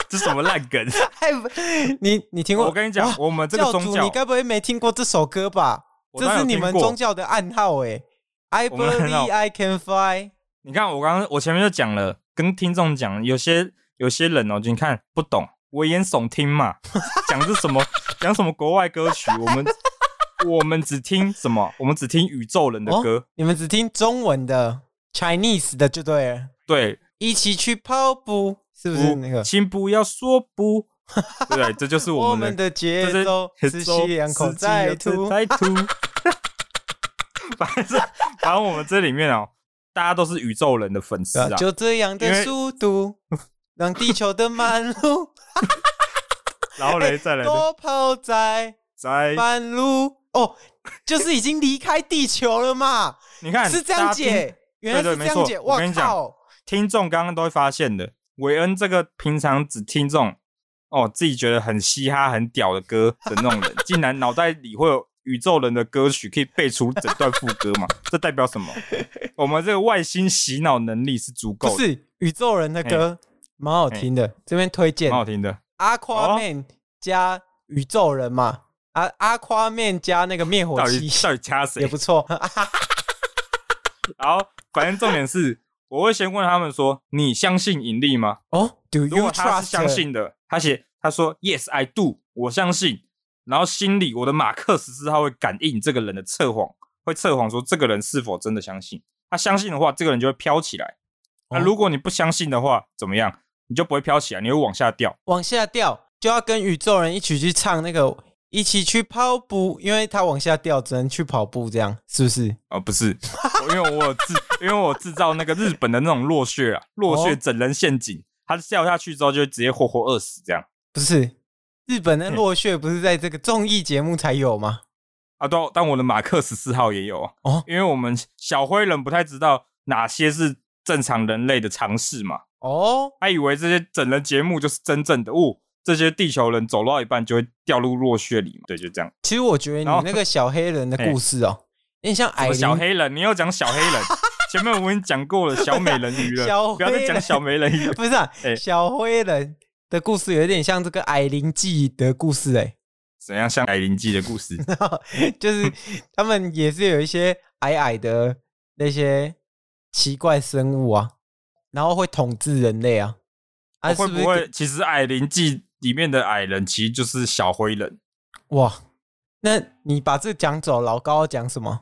Speaker 3: 这什么烂梗？
Speaker 1: I，你 哎你听过？
Speaker 3: 我跟你讲
Speaker 1: 哇，
Speaker 3: 我们这个
Speaker 1: 教
Speaker 3: 宗
Speaker 1: 主，你该不会没听过这首歌吧？
Speaker 3: 我当然
Speaker 1: 这是
Speaker 3: 有
Speaker 1: 你
Speaker 3: 听
Speaker 1: 们
Speaker 3: 过
Speaker 1: 宗教的暗号哎、I
Speaker 3: 我们的暗号
Speaker 1: believe I can fly。
Speaker 3: 你看，我刚刚我前面就讲了，跟听众讲，有些有些人哦，你看不懂，危言耸听嘛，讲是什么讲什么国外歌曲，我们 我们只听什么，我们只听宇宙人的歌，
Speaker 1: 你们只听中文的 Chinese 的就对了。
Speaker 3: 对，
Speaker 1: 一起去跑步，是不是那个？
Speaker 3: 请不要说不， 对不对，这就是
Speaker 1: 我
Speaker 3: 我哦
Speaker 1: 们
Speaker 3: 们的
Speaker 1: 的节奏
Speaker 3: 这
Speaker 1: 是西洋口在
Speaker 3: 是
Speaker 1: 吐。
Speaker 3: 在 吐，反正反正我们这里面哦，大家都是宇宙人的粉丝
Speaker 1: 对
Speaker 3: 啊
Speaker 1: 啊，，就这样
Speaker 3: 因
Speaker 1: 的
Speaker 3: 为
Speaker 1: 速度，让地球 的满路
Speaker 3: 然后嘞再来
Speaker 1: 哎都跑在
Speaker 3: 再
Speaker 1: 半路。哦，就是已经离开地球了嘛？
Speaker 3: 你看
Speaker 1: 是这
Speaker 3: 大
Speaker 1: 样
Speaker 3: 家听
Speaker 1: 解，原来
Speaker 3: 对
Speaker 1: 是
Speaker 3: 对
Speaker 1: 这
Speaker 3: 没
Speaker 1: 样
Speaker 3: 错
Speaker 1: 解。
Speaker 3: 我跟
Speaker 1: 哇
Speaker 3: 你讲
Speaker 1: 靠！
Speaker 3: 听众刚刚都会发现的，韦恩这个平常只听这种哦自己觉得很嘻哈、很屌的歌的那种 人，竟然脑袋里会有宇宙人的歌曲可以背出整段副歌 嘛？这代表什么？我们这个外星洗脑能力是足够
Speaker 1: 不
Speaker 3: 的，
Speaker 1: 是宇宙人的歌，蛮好听的，这边推荐
Speaker 3: 蛮。好听的。
Speaker 1: Aquaman 加宇宙人嘛，啊，Aquaman 加那个灭火
Speaker 3: 到底
Speaker 1: 器
Speaker 3: 到底掐谁
Speaker 1: 也？不错。啊
Speaker 3: 然后反正重点是，我会先问他们说：“你相信引力吗？”
Speaker 1: 哦，Do
Speaker 3: 如
Speaker 1: you
Speaker 3: 果他
Speaker 1: trust？
Speaker 3: 是相信的，他写他说 Yes I do，我相信。然后心里我的马克十四号会感应这个人的测谎，会测谎说这个人是否真的相信。他相信的话，这个人就会飘起来。那、
Speaker 1: 哦
Speaker 3: 如果你不相信的话，怎么样？你就不会飘起来，你会往下掉。
Speaker 1: 往下掉，就要跟宇宙人一起去唱那个，一起去跑步，因为他往下掉，只能去跑步，这样是不是？
Speaker 3: 哦，不 是，我因为我有制，因为我制造那个日本的那种落穴啊，落
Speaker 1: 哦
Speaker 3: 穴整人陷阱，他掉下去之后就直接活活饿死这样。
Speaker 1: 不是，日本的落穴不是在这个综艺节目才有吗？
Speaker 3: 啊，对啊，但我的马克十四号也有啊
Speaker 1: 哦
Speaker 3: 因为我们小灰人不太知道哪些是正常人类的常识嘛，
Speaker 1: 哦，
Speaker 3: 他以为这些整人节目就是真正的哦，这些地球人走到一半就会掉入落穴里嘛，对，就这样。
Speaker 1: 其实我觉得
Speaker 3: 然后
Speaker 1: 你那个小黑人的故事哦，有点像
Speaker 3: 什
Speaker 1: 矮
Speaker 3: 么
Speaker 1: 灵
Speaker 3: 小黑人，你要讲小黑 人，前面我已经讲过了，小美人鱼
Speaker 1: 小
Speaker 3: 了，不要
Speaker 1: 灰
Speaker 3: 再讲
Speaker 1: 人。
Speaker 3: 小美人鱼
Speaker 1: 不是、啊
Speaker 3: 哎
Speaker 1: 小灰人的故事，有点像这个矮灵记的故事、哎。
Speaker 3: 怎样像矮灵记的故 事？
Speaker 1: 就是他们也是有一些矮矮的那些奇怪生物啊，然后会统治人类啊。啊，
Speaker 3: 哦会
Speaker 1: 是
Speaker 3: 不
Speaker 1: 是
Speaker 3: 会其实矮灵记里面的矮人其实就是小灰人？
Speaker 1: 跟哇？那你把这讲走，老高要讲什么？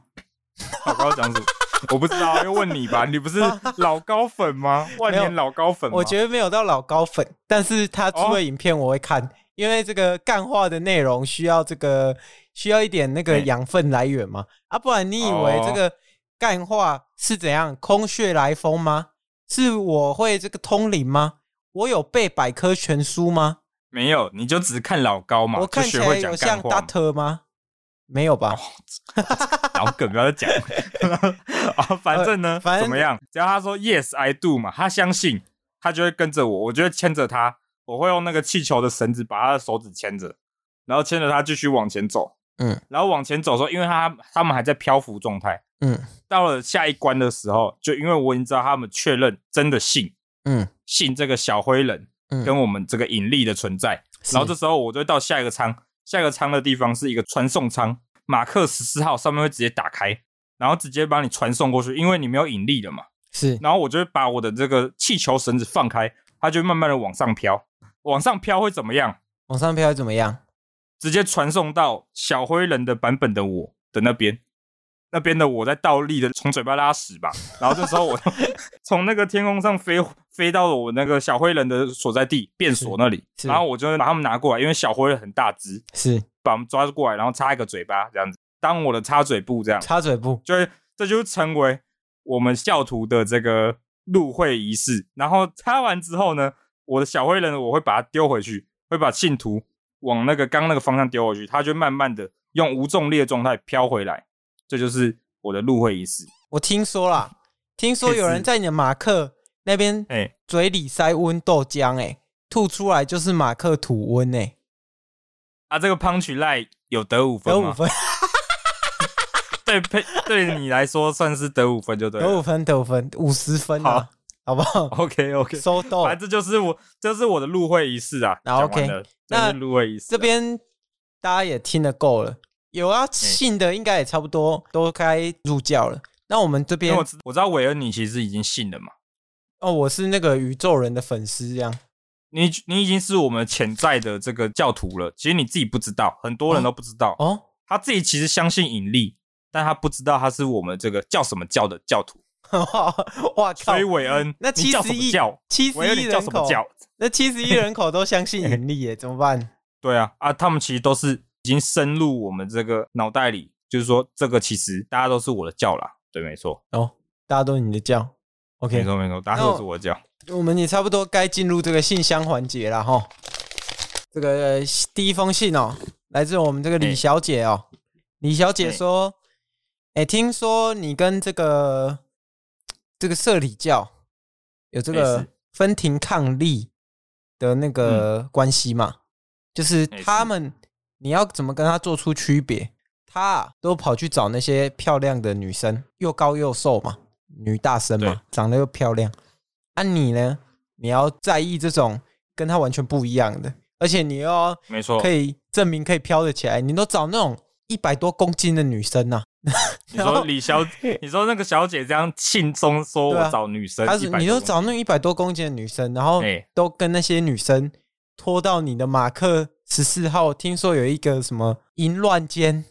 Speaker 3: 老高讲什么？我不知道啊，要问你吧。你不是老高粉吗？万
Speaker 1: 没
Speaker 3: 年
Speaker 1: 有
Speaker 3: 老高粉吗？
Speaker 1: 我觉得没有到老高粉，但是他出
Speaker 3: 哦
Speaker 1: 的影片我会看，因为这个干话的内容需要这个需要一点那个
Speaker 3: 哎
Speaker 1: 养分来源嘛。啊，不然你以为这
Speaker 3: 哦
Speaker 1: 个干话是怎样空穴来风吗？是我会这个通灵吗？我有背百科全书吗？
Speaker 3: 没有，你就只看老高嘛，
Speaker 1: 我看
Speaker 3: 就
Speaker 1: 起
Speaker 3: 学
Speaker 1: 来
Speaker 3: 会
Speaker 1: 有
Speaker 3: 讲干
Speaker 1: 像
Speaker 3: 话嘛。哦
Speaker 1: Doctor 吗？没有吧？
Speaker 3: 老梗不要再讲。 啊，反正呢，
Speaker 1: 呃反正
Speaker 3: 怎么样？只要他说 yes I do 嘛，他相信，他就会跟着我，我就会牵着他，我会用那个气球的绳子把他的手指牵着，然后牵着他继续往前走，
Speaker 1: 嗯
Speaker 3: 然后往前走的时候，因为他他们还在漂浮状态，
Speaker 1: 嗯
Speaker 3: 到了下一关的时候，就因为我已经知道他们确认真的信
Speaker 1: 嗯
Speaker 3: 信这个小灰人
Speaker 1: 嗯，
Speaker 3: 跟我们这个引力的存在，
Speaker 1: 是
Speaker 3: 然后这时候我就会到下一个舱，下一个舱的地方是一个传送舱，马克十四号上面会直接打开，然后直接把你传送过去，因为你没有引力了嘛。
Speaker 1: 是
Speaker 3: 然后我就会把我的这个气球绳子放开，它就会慢慢的往上飘，往上飘会怎么样？
Speaker 1: 往上飘怎么样？
Speaker 3: 直接传送到小灰人的版本的我的那边，那边的我在倒立的从嘴巴拉屎吧，然后这时候我 从那个天空上飞飞到了我那个小灰人的所在地便所那里，
Speaker 1: 是是
Speaker 3: 然后我就把他们拿过来，因为小灰人很大只，
Speaker 1: 是
Speaker 3: 把我们抓过来，然后插一个嘴巴这样子，当我的插嘴布这样，
Speaker 1: 插嘴布，
Speaker 3: 就会这就成为我们教徒的这个入会仪式。然后插完之后呢，我的小灰人我会把它丢回去，会把信徒往那个刚那个方向丢回去，它就慢慢的用无重力的状态飘回来。这就是我的入会仪式。
Speaker 1: 我听说啦，听说有人在你的马克那边
Speaker 3: 哎、
Speaker 1: 嘴里塞温豆浆、欸，吐出来就是马克吐温、欸，
Speaker 3: 啊，这个 punch line 有得五
Speaker 1: 得
Speaker 3: 分吗？
Speaker 1: 五分，
Speaker 3: 对，配对你来说算是得五分就对
Speaker 1: 得
Speaker 3: 了。
Speaker 1: 五分，得五分，五十分啊，好不好？
Speaker 3: OK OK，
Speaker 1: 收到。
Speaker 3: 反正这就是我，这是我的入会仪式啊。
Speaker 1: 啊
Speaker 3: 讲
Speaker 1: OK
Speaker 3: 完了
Speaker 1: 那
Speaker 3: 这是入会仪式啊、
Speaker 1: 这边大家也听得够了，有要信的应该也差不多都该入教了。那我们这
Speaker 3: 因
Speaker 1: 边
Speaker 3: 为我知我知道韦恩你其实已经信了嘛，
Speaker 1: 哦，我是那个宇宙人的粉丝，这样
Speaker 3: 你你已经是我们潜在的这个教徒了，其实你自己不知道，很多人都不知道，
Speaker 1: 哦，
Speaker 3: 他自己其实相信引力，但他不知道他是我们这个叫什么教的教徒。
Speaker 1: 哇靠
Speaker 3: 所以，韦恩，
Speaker 1: 哦那
Speaker 3: 你叫什
Speaker 1: 71
Speaker 3: 么教？
Speaker 1: 七十
Speaker 3: 韦恩，
Speaker 1: 亿
Speaker 3: 你叫
Speaker 1: 人
Speaker 3: 什么
Speaker 1: 口，
Speaker 3: 教？
Speaker 1: 那七十亿人口都相 信盈利耶，怎么办？
Speaker 3: 对啊，啊，他们其实都是已经深入我们这个脑袋里，就是说这个其实大家都是我的教啦。对，没错，
Speaker 1: 哦，大家都你的教
Speaker 3: 没
Speaker 1: ，OK，
Speaker 3: 错，没错，大家都是我的教。
Speaker 1: 我们也差不多该进入这个信箱环节了哈。这个呃第一封信哦，来自我们这个李
Speaker 3: 哎
Speaker 1: 小姐哦。李小姐
Speaker 3: 哎
Speaker 1: 说：“哎、听说你跟这个这个社里教有这
Speaker 3: 哎
Speaker 1: 个
Speaker 3: 是
Speaker 1: 分庭抗礼的那个关系嘛？就是
Speaker 3: 哎是
Speaker 1: 他们，你要怎么跟他做出区别？他、啊、都跑去找那些漂亮的女生，又高又瘦嘛，女大生嘛
Speaker 3: 对，
Speaker 1: 长得又漂亮。啊，你呢？你要在意这种跟他完全不一样的，而且你又要
Speaker 3: 没错
Speaker 1: 可，以证明可以飘得起来，你都找那种一百多公斤的女生啊呐、
Speaker 3: 你说李 小，你说那个小姐这样信中说
Speaker 1: 对啊
Speaker 3: 我找女生
Speaker 1: 她
Speaker 3: 100
Speaker 1: 是
Speaker 3: 多公斤，
Speaker 1: 你都找那种一百多公斤的女生，然后
Speaker 3: 哎
Speaker 1: 都跟那些女生拖到你的马克十四号，听说有一个什么淫乱间、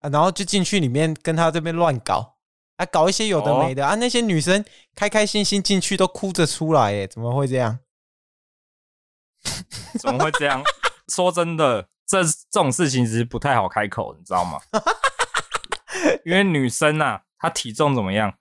Speaker 1: 啊，然后就进去里面跟她这边乱搞。啊，搞一些有的
Speaker 3: 哦
Speaker 1: 没的、啊！那些女生开开心心进去都哭着出来，哎，怎么会这样？
Speaker 3: 怎么会这样？说真的，这这种事情其实不太好开口，你知道吗？因为女生啊，她体重怎么样？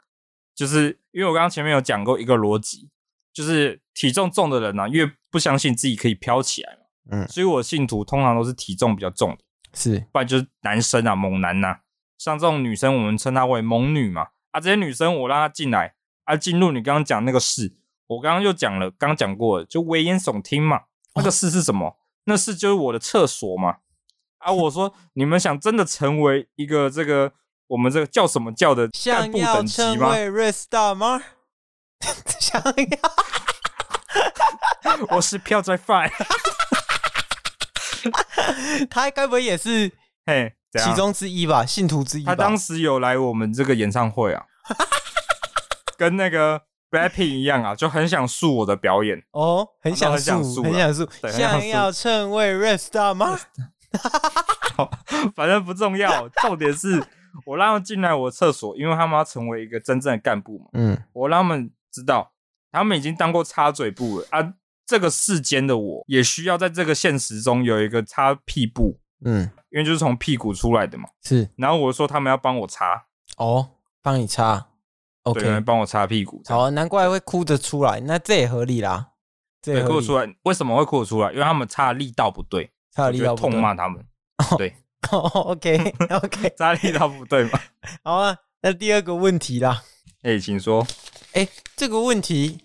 Speaker 3: 就是因为我刚刚前面有讲过一个逻辑，就是体重重的人呢、啊，越不相信自己可以飘起来嘛。
Speaker 1: 嗯
Speaker 3: 所以我的信徒通常都是体重比较重的，
Speaker 1: 是
Speaker 3: 不然就是男生啊，猛男呐、像这种女生，我们称她为猛女嘛。啊，这些女生我让她进来，啊，进入你刚刚讲那个事，我刚刚又讲了，刚讲过了，就危言耸听嘛。那
Speaker 1: 哦
Speaker 3: 个事是什么？那事就是我的厕所嘛。 啊，我说你们想真的成为一个这个我们这个叫什么叫的干
Speaker 1: 想
Speaker 3: 部
Speaker 1: 要
Speaker 3: 等级
Speaker 1: 成
Speaker 3: 吗？
Speaker 1: 为 r e s t a r 吗？ 想要
Speaker 3: 我是票在 fine，
Speaker 1: 他该不会也是
Speaker 3: 嘿，怎样
Speaker 1: 其中之一吧，信徒之一吧？
Speaker 3: 啊他当时有来我们这个演唱会 啊，跟那个 Blackpink 一样啊，就很想诉我的表演。
Speaker 1: 哦，很
Speaker 3: 他
Speaker 1: 想
Speaker 3: 当时很想
Speaker 1: 素，
Speaker 3: 素
Speaker 1: 很
Speaker 3: 啦
Speaker 1: 想素，
Speaker 3: 对很想
Speaker 1: 想
Speaker 3: 素
Speaker 1: 要称谓 rap star 吗？
Speaker 3: 反正不重要，重点 是我让他们进来我的厕所，因为他们要成为一个真正的干部嘛。
Speaker 1: 嗯，
Speaker 3: 我让他们知道，他们已经当过插嘴部了啊。这个世间的我也需要在这个现实中有一个擦屁部，
Speaker 1: 嗯，
Speaker 3: 因为就是从屁股出来的嘛。
Speaker 1: 是
Speaker 3: 然后我说他们要帮我擦
Speaker 1: 哦，帮你擦
Speaker 3: 对，来
Speaker 1: ，OK，
Speaker 3: 帮我擦屁股。
Speaker 1: 好，啊难怪会哭着出来，那这也合理啦，这
Speaker 3: 对，
Speaker 1: 也合
Speaker 3: 哭
Speaker 1: 理，
Speaker 3: 出来，为什么会哭出来？因为他们擦的力道不对，
Speaker 1: 他有力
Speaker 3: 我
Speaker 1: 道
Speaker 3: 就痛骂他们，
Speaker 1: ，OK OK，
Speaker 3: 擦力道不对 嘛。
Speaker 1: 好啊，那第二个问题啦，
Speaker 3: 哎、请说，
Speaker 1: 这个问题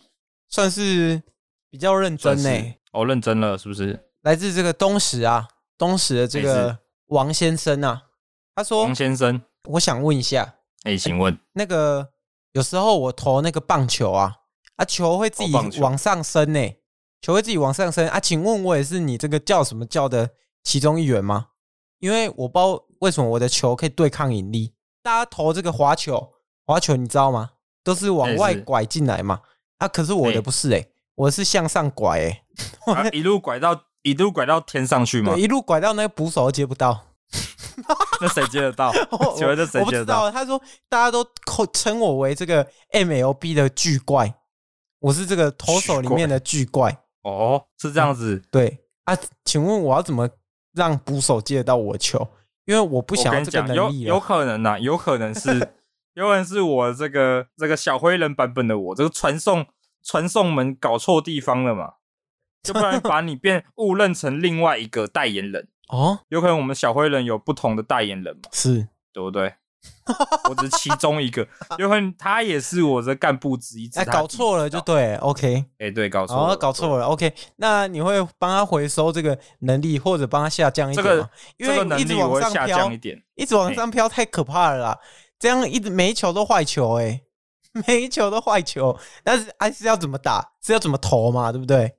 Speaker 1: 算是比较认真欸
Speaker 3: 算是
Speaker 1: 呢，
Speaker 3: 哦，认真了是不是？
Speaker 1: 来自这个东石啊，东石的这
Speaker 3: 没
Speaker 1: 个
Speaker 3: 事嗯
Speaker 1: 王先生啊，他说
Speaker 3: 王先生，：“
Speaker 1: 我想问一下，
Speaker 3: 哎、请问
Speaker 1: 那个有时候我投那个棒球啊，啊球会自己
Speaker 3: 哦棒球
Speaker 1: 往上升呢、球会自己往上升啊。请问我也是你这个叫什么叫的其中一员吗？因为我不知道为什么我的球可以对抗引力。大家投这个滑球，滑球你知道吗？都是往
Speaker 3: 哎
Speaker 1: 外
Speaker 3: 是
Speaker 1: 拐进来嘛。啊，可是我的
Speaker 3: 哎
Speaker 1: 不是哎、我是向上拐哎、
Speaker 3: 啊，一路拐到一路拐到天上去吗
Speaker 1: 对，？一路拐到那个捕手都接不到。
Speaker 3: 那谁接得到
Speaker 1: 我？
Speaker 3: 请问这谁
Speaker 1: 我不
Speaker 3: 接
Speaker 1: 知
Speaker 3: 得到？
Speaker 1: 道，他说大家都口称我为这个 MLB 的巨怪，我是这个投手里面的巨怪。
Speaker 3: 哦，是这样子。
Speaker 1: 对啊，请问我要怎么让捕手接得到我的球？因为我不
Speaker 3: 我
Speaker 1: 想
Speaker 3: 跟
Speaker 1: 要
Speaker 3: 你
Speaker 1: 这个
Speaker 3: 讲，有
Speaker 1: 能力啊
Speaker 3: 有
Speaker 1: 了。
Speaker 3: 可能呐、啊有可能 是，有可能是我这个这个小灰人版本的我，这个传送传送门搞错地方了嘛？就不然把你变误认成另外一个代言人，
Speaker 1: 哦，
Speaker 3: 有可能我们小灰人有不同的代言人嘛，
Speaker 1: 是
Speaker 3: 对不 对？我只是其中一个，有可能他也是我的干部之一。只
Speaker 1: 哎，
Speaker 3: 是他
Speaker 1: 搞
Speaker 3: 自己
Speaker 1: 错
Speaker 3: 知
Speaker 1: 了就
Speaker 3: 道
Speaker 1: 对，OK，
Speaker 3: 哎、对，搞错
Speaker 1: 哦
Speaker 3: 了，，
Speaker 1: 搞
Speaker 3: 了。
Speaker 1: 错了，OK。那你会帮他回收这个能力，或者帮他下降一
Speaker 3: 这
Speaker 1: 点
Speaker 3: 个
Speaker 1: 吗？因
Speaker 3: 这个
Speaker 1: 为
Speaker 3: 能
Speaker 1: 一直
Speaker 3: 力我
Speaker 1: 往
Speaker 3: 会
Speaker 1: 上
Speaker 3: 下
Speaker 1: 飘
Speaker 3: 降一，点，
Speaker 1: 一直往上飘太可怕了啦！这样一直每一球都坏球、欸， 哎，每一球都坏球，但是啊还是要怎么打，是要怎么投嘛，对不对？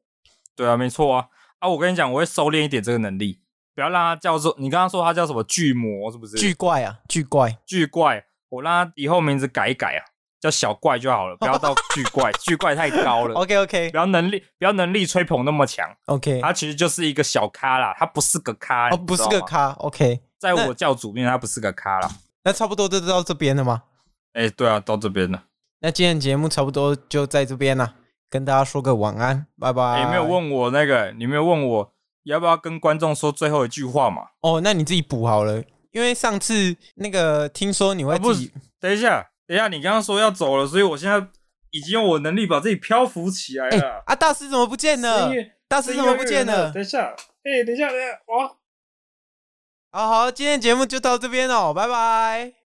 Speaker 3: 对啊，没错啊啊！我跟你讲，我会收敛一点这个能力，不要让他叫做你刚刚说他叫什么巨魔是不是？
Speaker 1: 巨怪啊，巨怪，
Speaker 3: 巨怪，我让他以后名字改一改啊，叫小怪就好了，不要到巨怪， 巨怪太高了。
Speaker 1: OK OK
Speaker 3: 不要能力，不要能力吹捧那么强，
Speaker 1: OK，
Speaker 3: 他其实就是一个小咖啦，他不是个咖，
Speaker 1: 哦，
Speaker 3: 你
Speaker 1: 不
Speaker 3: 知
Speaker 1: 是
Speaker 3: 道
Speaker 1: 个
Speaker 3: 吗，
Speaker 1: 咖，OK，
Speaker 3: 在
Speaker 1: 那
Speaker 3: 我教主面前他不是个咖啦。
Speaker 1: 那差不多就到这边了嘛。
Speaker 3: 哎、对啊，到这边了，
Speaker 1: 那今天的节目差不多就在这边了，跟大家说个晚安，拜
Speaker 3: 你、
Speaker 1: 拜。
Speaker 3: 没有问我那个，你没有问我要不要跟观众说最后一句话嘛？
Speaker 1: 哦，那你自己补好了，因为上次那个听说你会
Speaker 3: 啊不
Speaker 1: 自己，
Speaker 3: 等一下，等一下，你刚刚说要走了，所以我现在已经用我能力把自己漂浮起来
Speaker 1: 哎、
Speaker 3: 了。
Speaker 1: 啊，大师怎么不见了
Speaker 3: 声？音
Speaker 1: 大师怎么不
Speaker 3: 声
Speaker 1: 见
Speaker 3: 音越来越远
Speaker 1: 了
Speaker 3: 了？等一下，哎、等一下，等一下，哇！
Speaker 1: 好好，今天节目就到这边哦，拜拜。